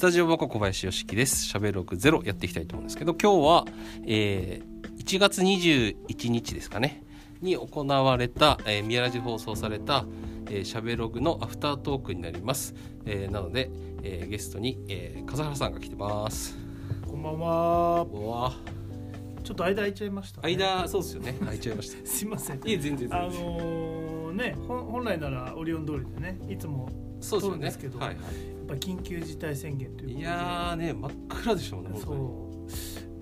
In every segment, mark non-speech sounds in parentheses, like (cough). タジオバカ小林よしきです。しゃべろくゼロやっていきたいと思うんですけど、今日は、えー1月21日ですかね、に行われた、えー、宮ラジ放送された、えー、しゃべろくのアフタートークになります。えーなので、えーゲストに、えー、笠原さんが来てます。こんばんは。うわちょっと間空いちゃいました、ね。間、そうですよね。空いちゃいました。すいません。いえ、全然全あ然。のーね、ほん本来ならオリオン通りでね、いつもそうそうでですすよけね。どはいはい。やっぱ緊急事態宣言というこいとで。やーね真っ暗でしたもんね本そ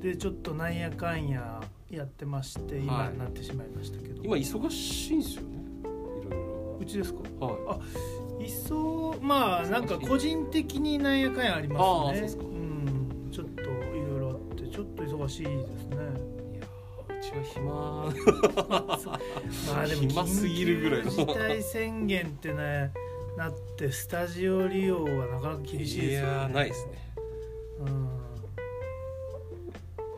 う。でちょっとなんやかんややってましては今いになってしまいましたけど。当に今忙しいんですよねいろうちですか。いろはいそうまあなんか個人的になんやかんやありあますーそうね。ですかん。ちょっといろいろあってちょっと忙しいですね。いいやーうちは暇まあでも (laughs) 暇すぎるぐらいの緊急事態宣言ってねなってスタジオ利用はなかなか厳しいですよ、ね、やーないですねうん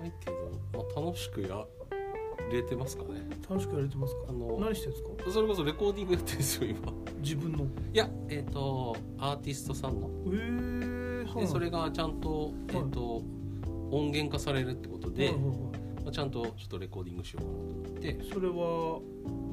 ないけど、まあ、楽しくやれてますかね楽しくやれてますかあの何してるんですかそれこそレコーディングやってるんですよ (laughs) 今自分のいやえっ、とアーティストさんのえー、はいでそれがちゃんと,、えー、と音源化されるってことで、はいはいはまあ、ちゃんとちょっとレコーディングしようかなと思っていそれは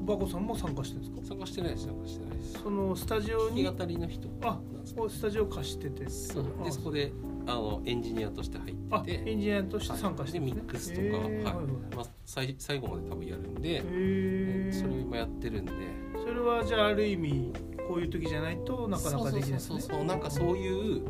バコさんも参加してるんです参加してないです参加してないですかそのスタジオ弾きに語りの人あなんですけどスタジオ貸しててそうであそこであのエンジニアとして入あってエて、ンジニアとして参加してるんはいでミックスとかえーはいはいはいまあ、最最後まで多分やるんで、えーそれを今やってるんでそれはじゃあある意味こういう時じゃないとなかなかできないですそうそうそねうそうなんかそういう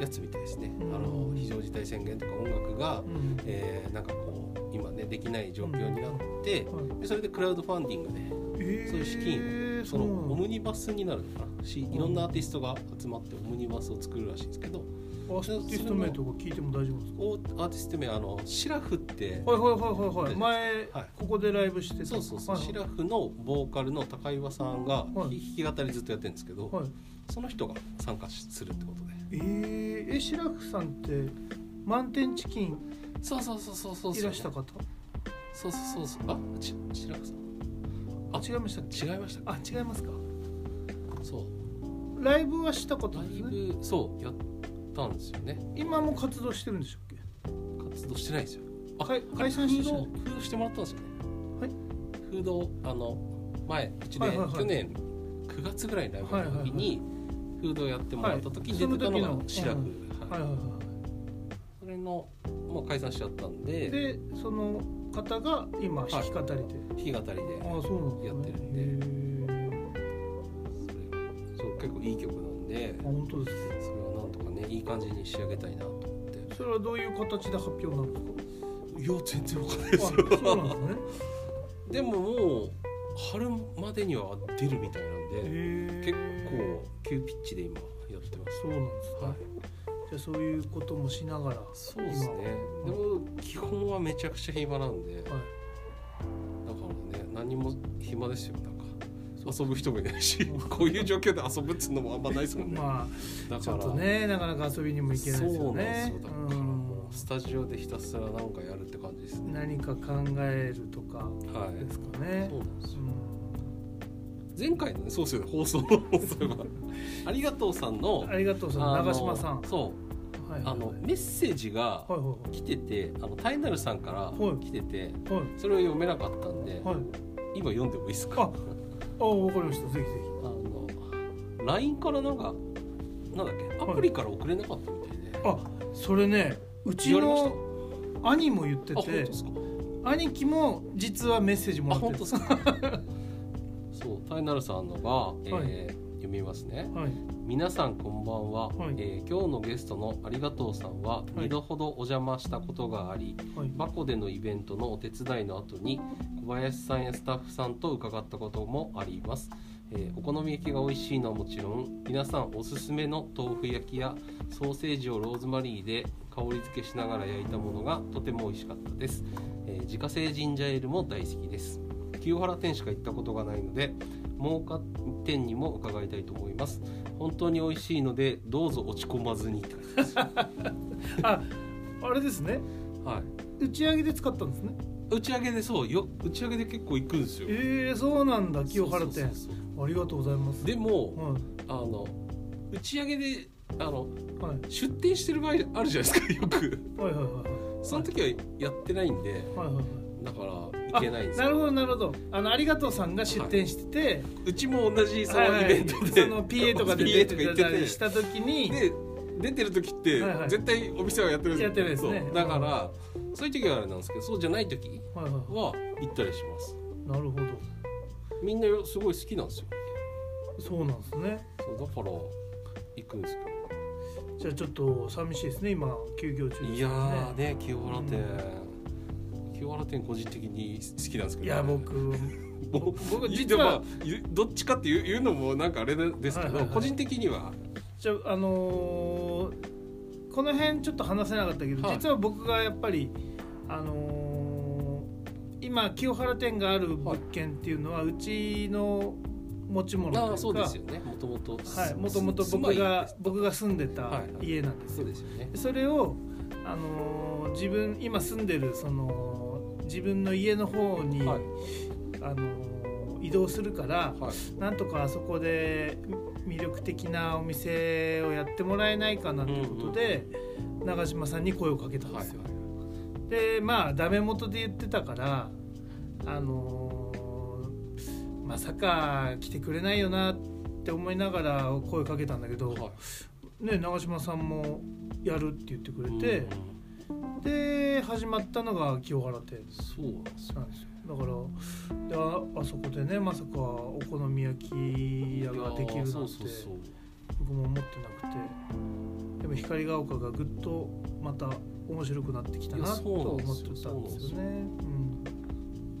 やつみたいですね、うんあの非常事態宣言とか音楽が、うんえーなんかこう今ねできない状況になって、はいでそれでクラウドファンディングでそういう資金そのオムニバスになるのかなしいろんなアーティストが集まってオムニバスを作るらしいんですけどアーティスト名とか聞いても大丈夫ですかおアーティスト名あのシラフってはいはいはいはいはい前、はいここでライブしてたそうそうそう、はいシラフのボーカルの高岩さんが弾はいき語りずっとやってるんですけど、はい、その人が参加するってことでえー、えシラフさんって満点チキンそうそうそうそうそういらした方そうそうそうそうあちシラフさあ違いましたっけん違いましたあ違いますかそうライブはしたことラですイねブそうやったんですよね今も活動してるんでしょうっ活動してないですよあはいあれ解散してしまうフードフードしてもらったんですよねはいフードをあの前うちではいはいはい去年9月ぐらいにライブやった時にフードをやってもらった時に出てたはのいその時がのシラフうはいけはいはいはいそれのもう解散しちゃったんででその方が今弾き語りで、弾き語りでああそうなんですねやってるんそれそうで結構いい曲なんであ本当ですかそれはなんとかねいい感じに仕上げたいなと思ってそれはどういう形で発表になるんですかいや全然わかんないあ (laughs) そうなんですね。でももう春までには出るみたいなんで結結構急ピッチで今やってますそうなんですね。はいじゃあそういうこともしながら、はそうですねでも基本はめちゃくちゃ暇なんでだかい。らね何も暇ですよなんか遊ぶ人もいないしこういう状況で遊ぶっつうのもあんまないですもんねまだあちかょっとらねなかなか遊びにも行けないですそようなんですねよ。だからもうスタジオでひたすらなんかやるって感じですうんね何か考えるとかはでいすかねそう。なんですよう前回のねそうですよね放送の放送が (laughs) ありがとうさんのんありがとうさんあの長島さん。そうはいあのメッセージがはいは来ててあのタイナルさんからはい来てていはいそれを読めなかったんではい。はい今読んでもいいですかああわかりましたぜひぜ (laughs) あの LINE からなんかなんだっけアプリから送れなかったみたいでひ。あそれねうち言われましたの兄も言ってあ本当てですか兄貴も実はメッセージもあらっ本てる当で。すか (laughs) そうタイナルさんのが、はいえー読みますねはい。皆さんこんばんは、はいえー今日のゲストのありがとうさんは2度ほどお邪魔したことがあり、はい。バコでのイベントのお手伝いの後に小林さんやスタッフさんと伺ったこともあります、えーお好み焼きが美味しいのはもちろん皆さんおすすめの豆腐焼きやソーセージをローズマリーで香り付けしながら焼いたものがとても美味しかったです、えー自家製ジンジャーエールも大好きです清原店しか行ったことがないのでもうか店にも伺いたいと思います本当に美味しいのでどうぞ落ち込まずにって書いてますあ、あれですね。はい打ち上げで使ったんですね。打ち上げでそうよ打ち上げで結構行くんですよええそうなんだ、清原そう店。そうそうありがとうございまそうす。でもはい、あの打ち上げであのはい出店してる場合あるじゃないですか (laughs) よくはいはいはいその時はやってないんではいはいだからあいけないんですなるよほどなるほどあのありがとうさんが出店してて、うちも同じそのはいはいイベントで、その PA とか (laughs) で PA 出とかて行ってたりてした時にで出てる時ってはいはい絶対お店はやってるやってるんですねそうだからそういう時はあれなんですけどそうじゃない時はいはいはは行ったりしますいなるほどみんなすごい好きなんですよそうなんですねそうだから行くんですじゃあちょっと寂しいですね今休業中ですけねどいやーね清原店清原店個人的に好きなんですけど、いや (laughs) 僕僕僕実実ははどっちかっていう言うのもなんかあれですけど、はいはいはい個人的にはじゃああのーこの辺ちょっと話せなかったけど、はい実は僕がやっぱりあのー今清原店がある物件っていうのは、うちの持ち物というあかあそうですよねもともとはい、もともと僕が僕が住んではたいはい家なんですそうよ、ですよねそれを、あのー自分今住んでるその自分の家の方に、はいあのー移動するからはいなんとかあそこで魅力的なお店をやってもらえないかなということで、長嶋さんに声をかけたんはでいすよ。でまあダメ元で言ってたからあのーまさか来てくれないよなって思いながら声かけたんだけど、はね、長嶋さんもやるって言ってくれいてうん、で始まったのが清原店そうなんですよなんですよだからでああそこでねまさかお好み焼き屋ができるいやーなそんうてそうそう僕も思ってなくてでも光が丘がぐっとまた面白くなってきたいやなとそうなん思っでてすよたんですよね。うん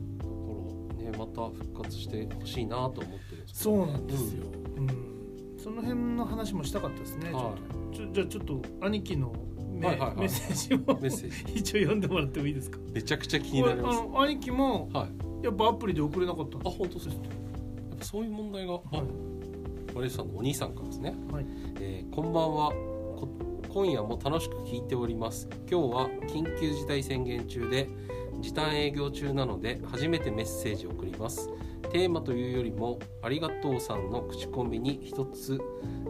だからねまた復活してほしいなと思ってるんですけどそうなんですよ、うんその辺の話もしたかったですね、はちょっとちょじゃあちょっと兄貴のメ,、はいはいはいメッセージもいメッセージ (laughs) 一応読んでもらってもいいですかめちゃくちゃ気になりますこれあの兄貴もはいやっぱアプリで送れなかったんあです本当そうですやっぱそういう問題があはいマレーシアのお兄さんからですね、はいえーこんばんはこ今夜も楽しく聞いております今日は緊急事態宣言中で時短営業中なので初めてメッセージを送りますテーマというよりも「ありがとうさん」の口コミに一つ、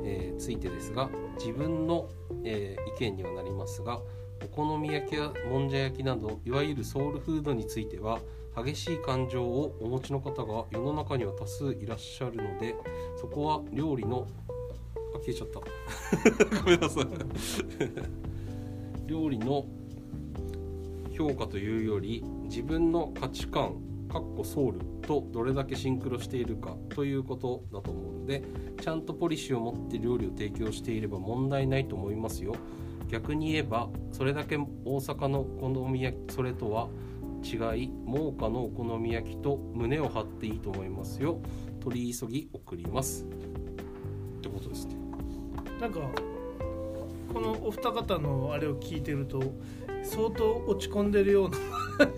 えーついてですが自分の、えー意見にはなりますがお好み焼きやもんじゃ焼きなどいわゆるソウルフードについては激しい感情をお持ちの方が世の中には多数いらっしゃるのでそこは料理のあ消えちゃったごめんなさい料理の評価というより自分の価値観かっこソウルとどれだけシンクロしているかということだと思うのでちゃんとポリシーを持って料理を提供していれば問題ないと思いますよ逆に言えばそれだけ大阪のお好み焼きそれとは違い猛火のお好み焼きと胸を張っていいと思いますよ取り急ぎ送りますってことですねなんかこのお二方のあれを聞いてると相当落ち込んでるような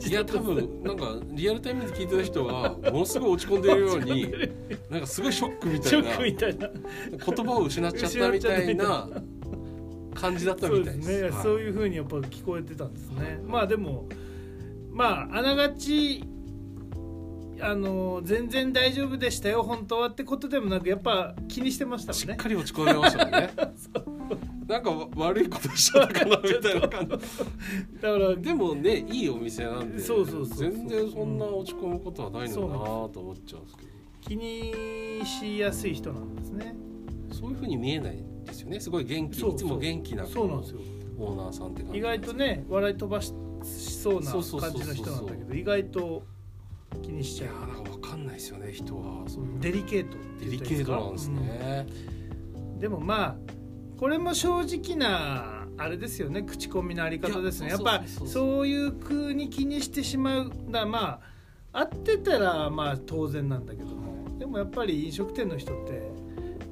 いや多分なんかリアルタイムで聞いてた人はものすごい落ち込んでるよう (laughs) になんかすごいショックみたショいックみなたいな言葉を失っちゃったみたいな感じだったそうみたでいすです。ね、はいそういう風にやっぱ聞こえてたんですね、まあでもまああながちあの全然大丈夫でしたよ本当はってことでもなくやっぱ気にしてましたもしんっねかり落ち込んでましたもんね。なんかわ悪いことしたのかなみたいな感だからじ。でもねいいお店なんでそうそうそうそう全然そんな落ち込むことはないのかなと思っちゃうんですけど気にしやすい人なんですねそういうふうに見えないですよねすごい元気そういつも元気なそうなんですよオーナーさんって感じ意外とね笑い飛ばしそうなそう感そうそうそうじの人なんだけど意外と気にしいちやゃうーなんかわかんないですよね人はそういうデリケートってデリ言ったらケいいーかトなんですね。うんでもまあこれも正直なあれですよね口コミのあり方ですねいややっぱそうそうそうそうそういう風に気にしてしまうだまあ合ってたらまあ当然なんだけどもでもやっぱり飲食店の人って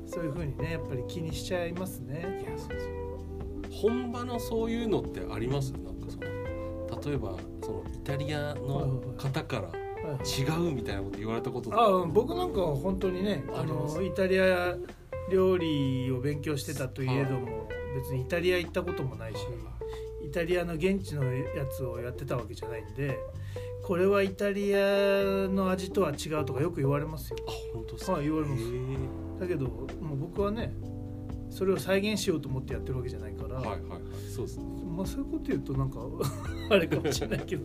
そういう風にねやっぱり気にしちゃいますいねやそうそう本場のそういうのってありますなんかその例えばそのイタリアの方からはい違うみたいなこと言われたことあうん僕なんかは本当にねあありますのイタリア料理を勉強してたといえども、別にイタリア行ったこともないし、イタリアの現地のやつをやってたわけじゃないんでこれはイタリアの味とは違うとかよく言われますよあ本当ですかはい言われますへーだけどもう僕はねそれを再現しようと思ってやってるわけじゃないから、はいはいはいそうですねまあ、そういうこと言うとなんか (laughs) あれかもしれないけど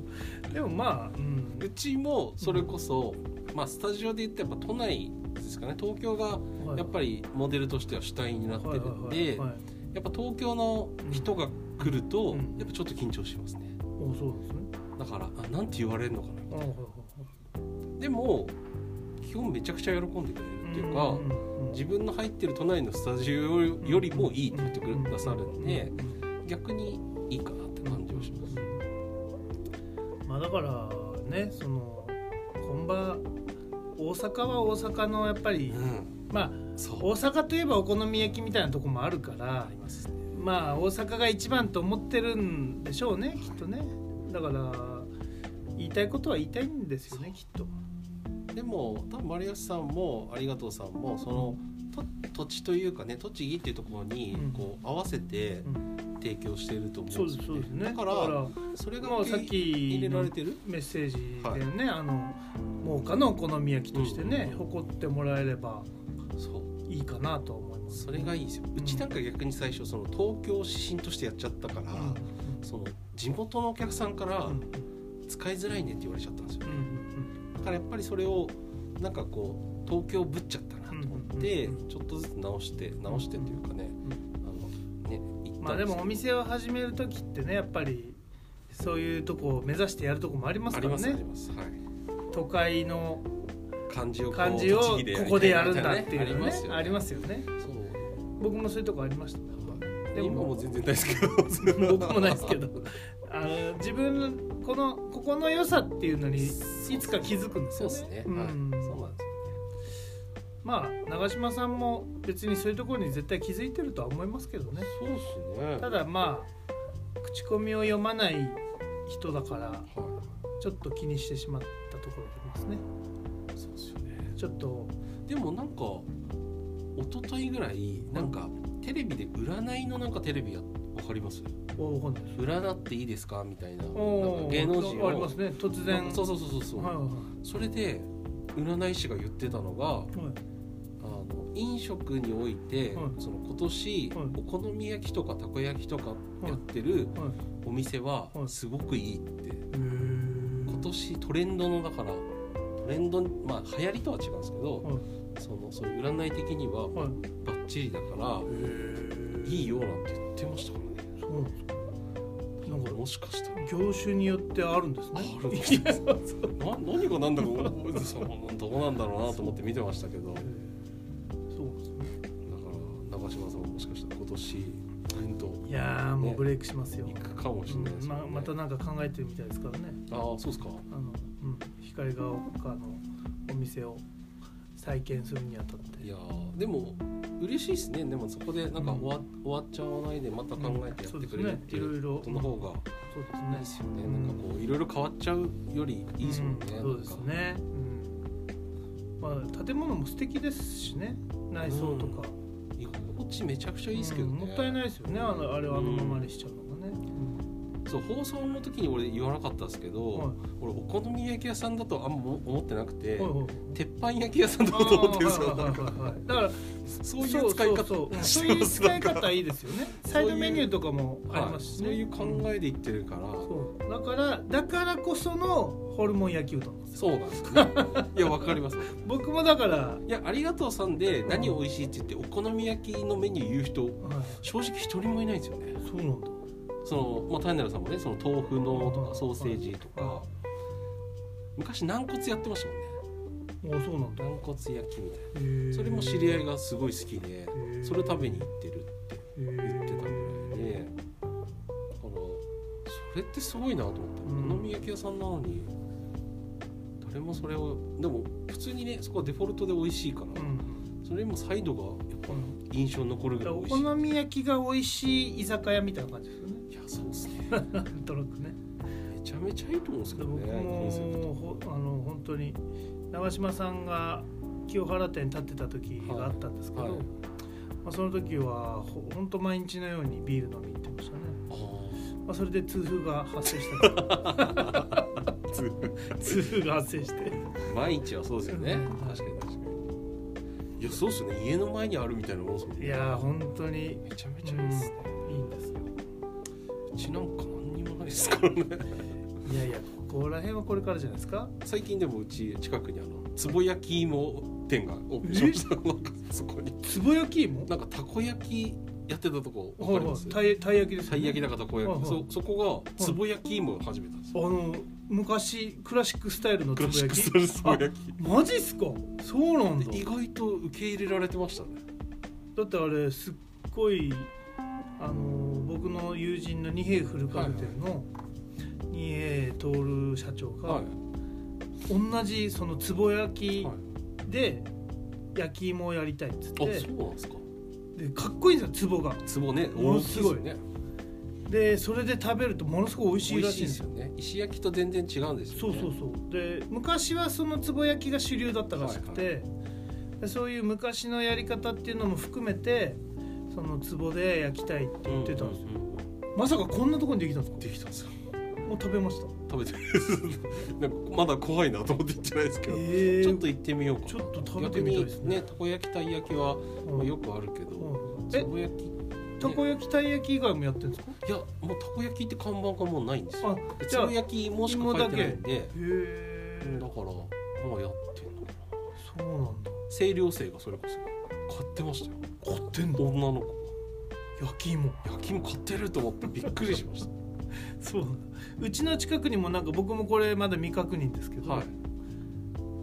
でもまあ、うん、うちもそれこそ、まあスタジオで言ってやっぱ都内ですかね東京がはいやっぱりモデルとしては主体になってるんはいはいではいはいやっぱ東京の人が来ると、うんやっぱちょっと緊張しますねおそうですねだからあなんて言われるのかなあはいはいはでも基本めちゃくちゃ喜んでくれるいっていうか、んんうん自分の入ってる都内のスタジオよりもいいって言ってくれくださるんで、逆にいいかなって感じをします、まあだからねその本場大阪は大阪のやっぱりうん、まあそう大阪といえばお好み焼きみたいなとこもあるからありますねまあ大阪が一番と思ってるんでしょうねきっとねだから言いたいことは言いたいんですよねきっとでも多分丸吉さんもありがとうさんもそのと土地というかね栃木っていうところにうんこう合わせてうん提供してると思そううんですよそうですねだからそれがまあ受さっけ入きれられてるメッセージでね、あの農家のお好み焼きとしてね、うん誇ってもらえればそういいかなと思います、それがいいい、ですようちなんか逆に最初その東京を指針としてやっちゃったから、うんその地元のお客さんからうん使いづらいねって言われちゃったんですようんうんだからやっぱりそれをなんかこう東京ぶっちゃったなと思ってうんうんうんちょっとずつ直して直してというかねあのね行っまたあんですもけどお店を始める時ってねやっぱりそういうとこを目指してやるとこもありますからありねますありますはい都会の漢字をこう感じをこ栃木こでやるんみただなっていうのねありますすよねよねそう僕もそういうとこありましたで今ももう全然ないですけど (laughs) それは僕もないですけどあの自分のこのここの良さっていうのにいつか気づくんですそうよでねすねうはいんそうなんですよまあ長嶋さんも別にそういうところに絶対気づいてるとは思いますけどねそうですねただまあ口コミを読まない人だからはちょっと気にしてしまったところありまいすねそうですよねちょっとでもなんか一昨日ぐらいなんかテレビで占いのなんかテレビやわかります大本です占っていいですかみたいななんおか芸能人をありますね突然そうそうそうそうそう、はいはいそれで占い師が言ってたのがはいあの飲食において、はいその今年、はいお好み焼きとかたこ焼きとかやってるはいはいお店ははいすごくいいって、今今年トレンドのだからトレンドまあ流行りとは違うんですけど、はいそのそういう占い的にははいバッチリだから、いいよなんて言ってましたからねそうなんですかなんかもしかしたら業種によってあるんですねあるんです (laughs) いやそうそうな何が何だかおそのどうなんだろうなと思って見てましたけど。そうなんですねだから長嶋さんももしかしたら今年ぐんといやーもうブレイクしますよ、行くかもしれないですうんよねままたなんか考えてるみたいですからねああそうですかはあの、うん、光が丘のお店を再建するにあたっていやーでも嬉しいですねでもそこでなんか終わ,、終わっちゃわないでまた考えてやってくれるっていう,、うんそうですねいろいろその方がそうですいいねですよね、うんなんかこういろいろ変わっちゃうよりいいですもんね、うなんん、そうですね、うんまあ、建物も素敵ですしね内装とか、居心地めちゃくちゃいいですけどね、うんもったいないいですよねあのあれをあのままにしちゃうのがね、そう放送の時に俺言わなかったですけど、はい俺お好み焼き屋さんだとあんま思ってなくて、はいはいはい鉄板焼き屋さんだと思ってるんですよ、あーはいはいはいはいだからそういう使い方そうそうそうしそうていうます使い方いいですよねサイドメニューとかもあはいりますしね、そういう考えでいってるから、そうだからだからこそのホルモン焼きうどんなんですそうなんですねいやわかりますい僕もだから、はやありがとうさんで何美味しいって言ってお好み焼きのメニュー言う人い、正直一人もいないんですよねそうなんだその、まあ、タイネルさんもねその豆腐のとうかんソーセージとかは昔軟骨やってましたもんねあそうなんだ軟骨焼きみたいへーなそれも知り合いがすごい好きでーそれ食べに行ってるって言っ言ってたぐらいでだからそれってすごいなと思ったお好み焼き屋さんなのに誰もそれをでも普通にねそこはデフォルトで美味しいから、うんそれもサイドがやっぱ印象に残るぐだかららいお美味しい好み焼きが美味しい居酒屋みたいな感じですよね (laughs) いやそうですねなんとなくねめちゃめちゃいいと思うんですけ僕どねコンセプもほあの本当に長嶋さんが清原店立ってた時があったんですけど、はいはいまあ、その時はほ本当毎日のようにビール飲みに行ってましたね、トあまあ、それで痛風が発生したあ痛風 (laughs) 痛風が発生して毎日はそうですよねうん確かに確かにいやそうっすね家の前にあるみたいなもんですもんねいやー本当にめちゃめちゃいいっすね、いいんですようちなんか何にもないですからねいやいやここら辺はこれからじゃないですか最近でもうち近くにあのつぼ焼き芋店がオープンしましたなんかそこにつぼ焼き芋なんかたこ焼きやってたとこわはかいりはますいたいたい焼きですたい焼きだだかたこ焼き、はいはいそそこがつぼ焼き芋を始めたんですあよ、の昔クラシックスタイルのクつぼラシッ焼クきスタイルつぼ焼きマジっすかそうなんだで意外と受け入れられてましたねだってあれすっごいあの僕の友人の二平フルカルテンの二平徹社長が、はい同じそのつぼ焼きはいで焼き芋をやりたいっつっあて、そうなんですかでかっこいいんですよつぼがつぼねも大のきいですすごよいねでそれで食べるとものすごい美味し美い味らししいいんですですよよね石焼きと全然違うんですそようねそうそうで昔はそのつぼ焼きが主流だったらしくて、はでそういう昔のやり方っていうのも含めてそのつぼで焼きたいって言ってたんですよ、うんうんうんまさかこんなところにできたんですかできたんですよもう食べました食べてるなんかまだ怖いなと思って言ってないですけど、えちょっと行ってみようかなちょっと食べてみたいですね逆にたこ焼きたい焼きは、まあ、よくあるけど、うんつえぼ焼きたこ焼きたい焼き以外もやってるんですかいやもうたこ焼きって看板がもうないんですよあでつじゃあぼ焼きもしか書いてないんでへえだからもうやってんのかなそうなんだ清涼生がそれこそ買ってましたよ買ってんだ女の子が焼き芋焼き芋買ってると思ってびっくりしましそうなんだうちの近くにもなんか僕もこれまだ未確認ですけど、たはい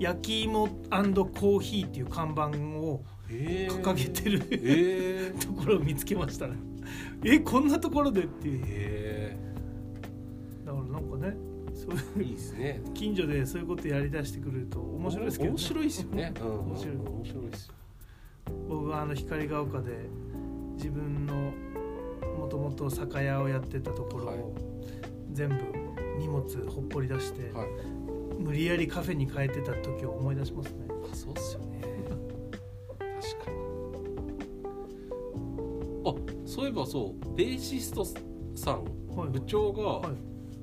焼き芋コーヒーっていう看板をえー掲げてる、えーところを見つけましたね (laughs) えこんなところでっていうえだからなんかねそういうーいいですね近所でそういうことやりだしてくると面白いですけど、ね、面白いですよね、うん、面白い面白いですよ僕はあの光が丘で自分のもともと酒屋をやってたところはいを全部荷物ほっぽり出して、はい無理やりカフェに変えてた時を思い出しますねあそうっすよね確かにあそういえばそうベーシストさんはい部長が、はい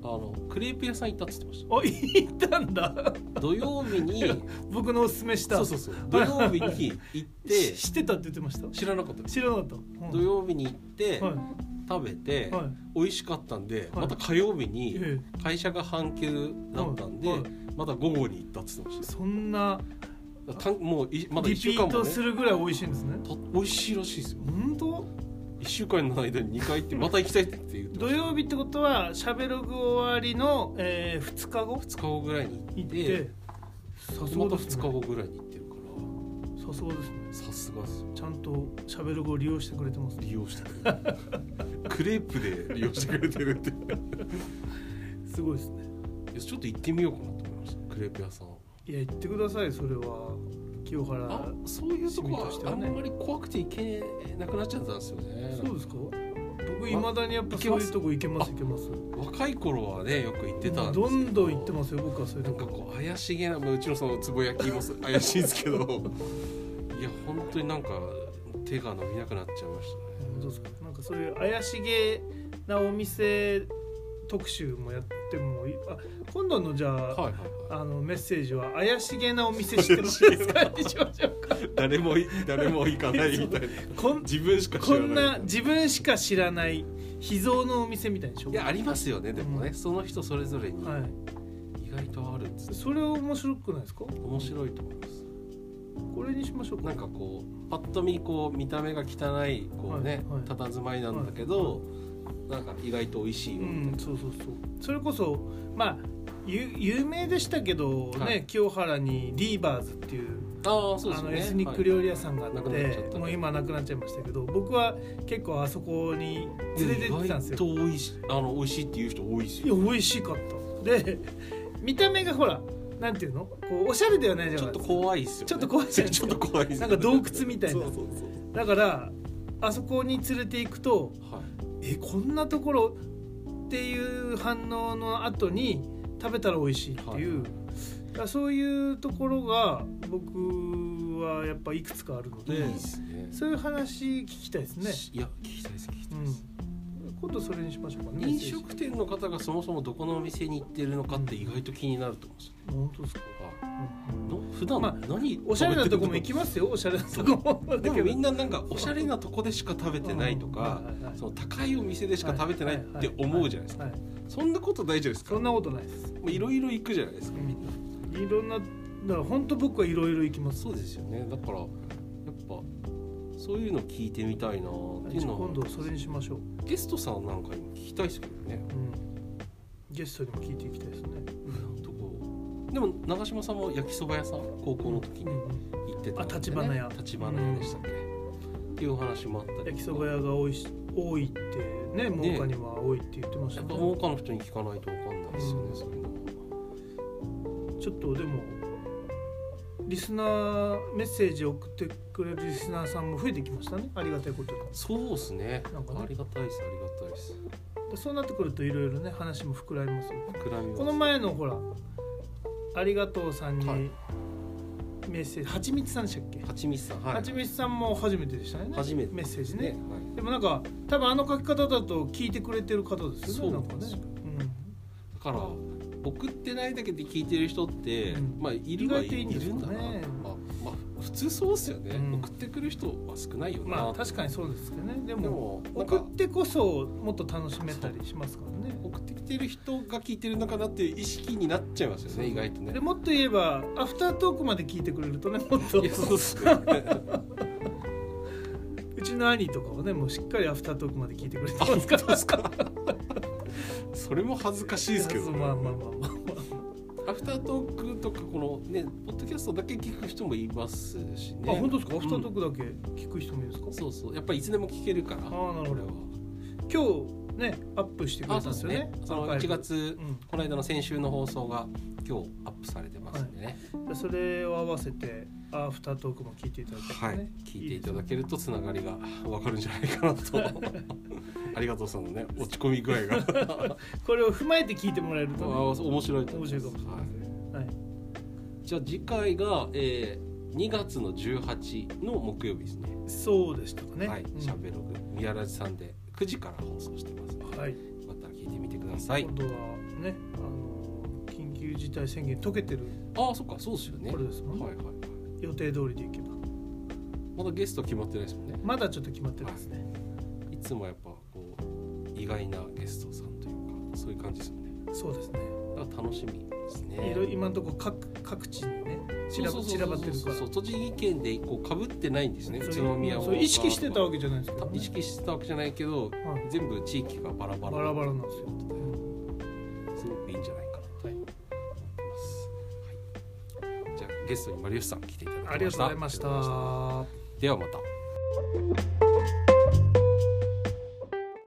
あのクレープ屋さん行ったっつってましあ行ったんだた土曜日 (laughs) に僕のおすすめしたそうそうそう土曜日に行っしてしてたって言ってました知らなかったです知らなかった、うん土曜日に行って、はい食べて、はい美味しかったんで、はいまた火曜日えにえ会社が半休だったんで、はいはいまた午後に行ったっつってましたそんなだからたんもういまだ1リ週ピ間ーもトねするぐらい美味しいんですねた美味しいらしいですよ本当1週間の間に2回行ってまた行きたいって言ってま土した曜日ってことはしゃべログ終わりの、え2日後2日後ぐらいに行行っっててまた2日後ぐらいに行ってるかさすがですねらさすがっすよちゃんとしゃべログを利用してくれてます利用してくれ (laughs) てるクレープで利用してくれてるっていすごいですねやちょっと行ってみようかなと思いましたクレープ屋さんいや言ってくださいそれは清原あそういうとこ趣味としてはあはんねまり怖くて行けなくなっちゃったんですよねそうですか僕いまだにやっぱそういうとこ行けます行けます若い頃はねよく行ってたんですけどんどん行ってますよ僕はそういうなとんかここう怪しげな、まあ、うちのそのつぼ焼きも (laughs) そう怪しいんですけどいや本当になんか手が伸びなくなっちゃいまし本当ですかなんかそういう怪しげなお店特集もやってもいいあ今度のじゃあ、たねはいはいはあのメッセージは怪しげなお店知ってますかにしま (laughs) しょうかい誰もい誰も行かないみたいなこん自分しか知こらないんな自分しか知らない秘蔵のお店みたいでしょいやありますよねでもね、うんその人それぞれにはい意外とあるんですそれ面白くないですか面白いと思いますこれにしましょうかなんかこうパッと見こう見た目が汚いこうね、はいはい佇まいなんだけど、なんか意外と美味しいうよ、んそうそうそうそれこそまあゆ有名でしたけどね、はい清原にリーバーズっていうああそうであすのねエスニック料理屋さんがあって、はいなくなっちゃったもう今なくなっちゃいましたけど僕は結構あそこに連れて行ってたんですよ意外と美味しいあの美味しいっていう人多い (laughs) ですいよや美味しかったで (laughs) 見た目がほらなんていうのこうおしゃれではないじゃちなょいっでとすか怖いですよ、ね、ちょっと怖いじゃないでちすょかっと怖いですよなんか洞窟みたいそなうそうそうだからあそこに連れて行くとはいえこんなところっていう反応の後に食べたら美味しいっていう、はだからそういうところが僕はやっぱいくつかあるのでいいですねそういう話聞きたいですね、いや聞きたいです聞きうたいです、ん、今度それにしましょうかね飲食店の方がそもそもどこのお店に行ってるのかって意外と気になると思うんですよね本当ですか、あの普段まあ何、おしゃれなとこも行食きますよおしゃれなとこもべてるとかだでけもみんどななんかおしゃれなとこでしか食べてないとかうんはいはいはいその高いお店でしか食べてないって思うじゃないですかはいはいはいそんなことないじゃないですかそんなことないですもういろいろ行くじゃないですかみんないろんなだから本当僕はいろいろ行きますそうですよねだからやっぱそういうの聞いてみたいなっていうのは今度それにしましょう、ゲストさんなんかにも聞きたいですけどねうん、ゲストにも聞いていきたいですね、どこでも長嶋さんも焼きそば屋さん高校の時うにん、行ってたんで、ね、あ立花屋立花屋でしたっけ、っていうお話もあったりとか焼きそば屋が多いし多いってねね真岡には多いって言ってましやたっねぱ農家の人に聞かないと分かんないですよね、うんそういうのはちょっとでもリスナーメッセージを送ってくれるリスナーさんも増えてきましたねありがたいことにそうですねなんかねありがたいですありがたいですでそうなってくるといろいろね話も膨らみますよ膨らみますこの前のほらありがとうさんにはいメッセージはちみつさんでしたっけはちみつさんはいはちみつさんも初めてでしたね初めてメッセージねねでもなんか多分あの書き方だと聞いてくれてる方ですよねそうなんかねそうだから送ってないだけで聞いてる人って、うんまあいるはい意外といいんいでするよんねだなとまあ、まあ、普通そうですよね、うん送ってくる人は少ないようんな、まあ確かにそうですけどねででももなん送かってこそもっと楽しめたりしますからね送ってきてる人が聞いてるのかなっていう意識になっちゃいますよね意外とねでもっと言えばアフタートークまで聞いてくれるとねもっといやそうっ (laughs) すねうちの兄とかはねもうしっかりアフタートークまで聞いてくれてますからですかそれも恥ずかしいですけど、まあまあまあまあアフタートークとかこのねポッドキャストだけ聞く人もいますしねあ本当ですかアフタートうんークだけ聞く人もいるんですか、そうそうやっぱりいつでも聞けるからあーなるほこどれは今日ねアップしてくれあたそんうでですすよねねそのアーカイブ1月うんこの間の先週の放送が今日アップされてますんでね、でそれを合わせてアフタートークも聞いていただきたはいいね、聞いていただけるとつながりがわかるんじゃないかな (laughs) とありがとうさんのね落ち込み具合がこれを踏まえて聞いてもらえるあと、ね、ー面白いと思 (laughs) 面い白まいすかもしれないはいですね、はいじゃあ次回が、えー、2月の18の木曜日ですね。そうでしたかねはい、うんしゃべログ宮ラジさんで9時から放送してますので、はいよかったら聞いてみてください今。度はねあの緊急事態宣言解けてるああ、そっか、そうですよね。これですもんねはいはいはい。予定通りでいけばまだゲスト決まってないですもんね。まだちょっと決まってないですね、いつもやっぱこう意外なゲストさんというかそういう感じですもんね。そうですねだから楽しみですね。いろ今のところ各各地にね散らばそうそうそうそう散らばってるからそう栃木県でこう被ってないんですね。宇それ都宮うんはそれ意識してたわけじゃないですけど、ね、意識してたわけじゃないけど、はい全部地域がバラバラ。バラバラなんですよすごくいいんじゃないかなと思ってます。はい、じゃあゲストにマリウスさん来ていただきました。ありがとうございましたではまた。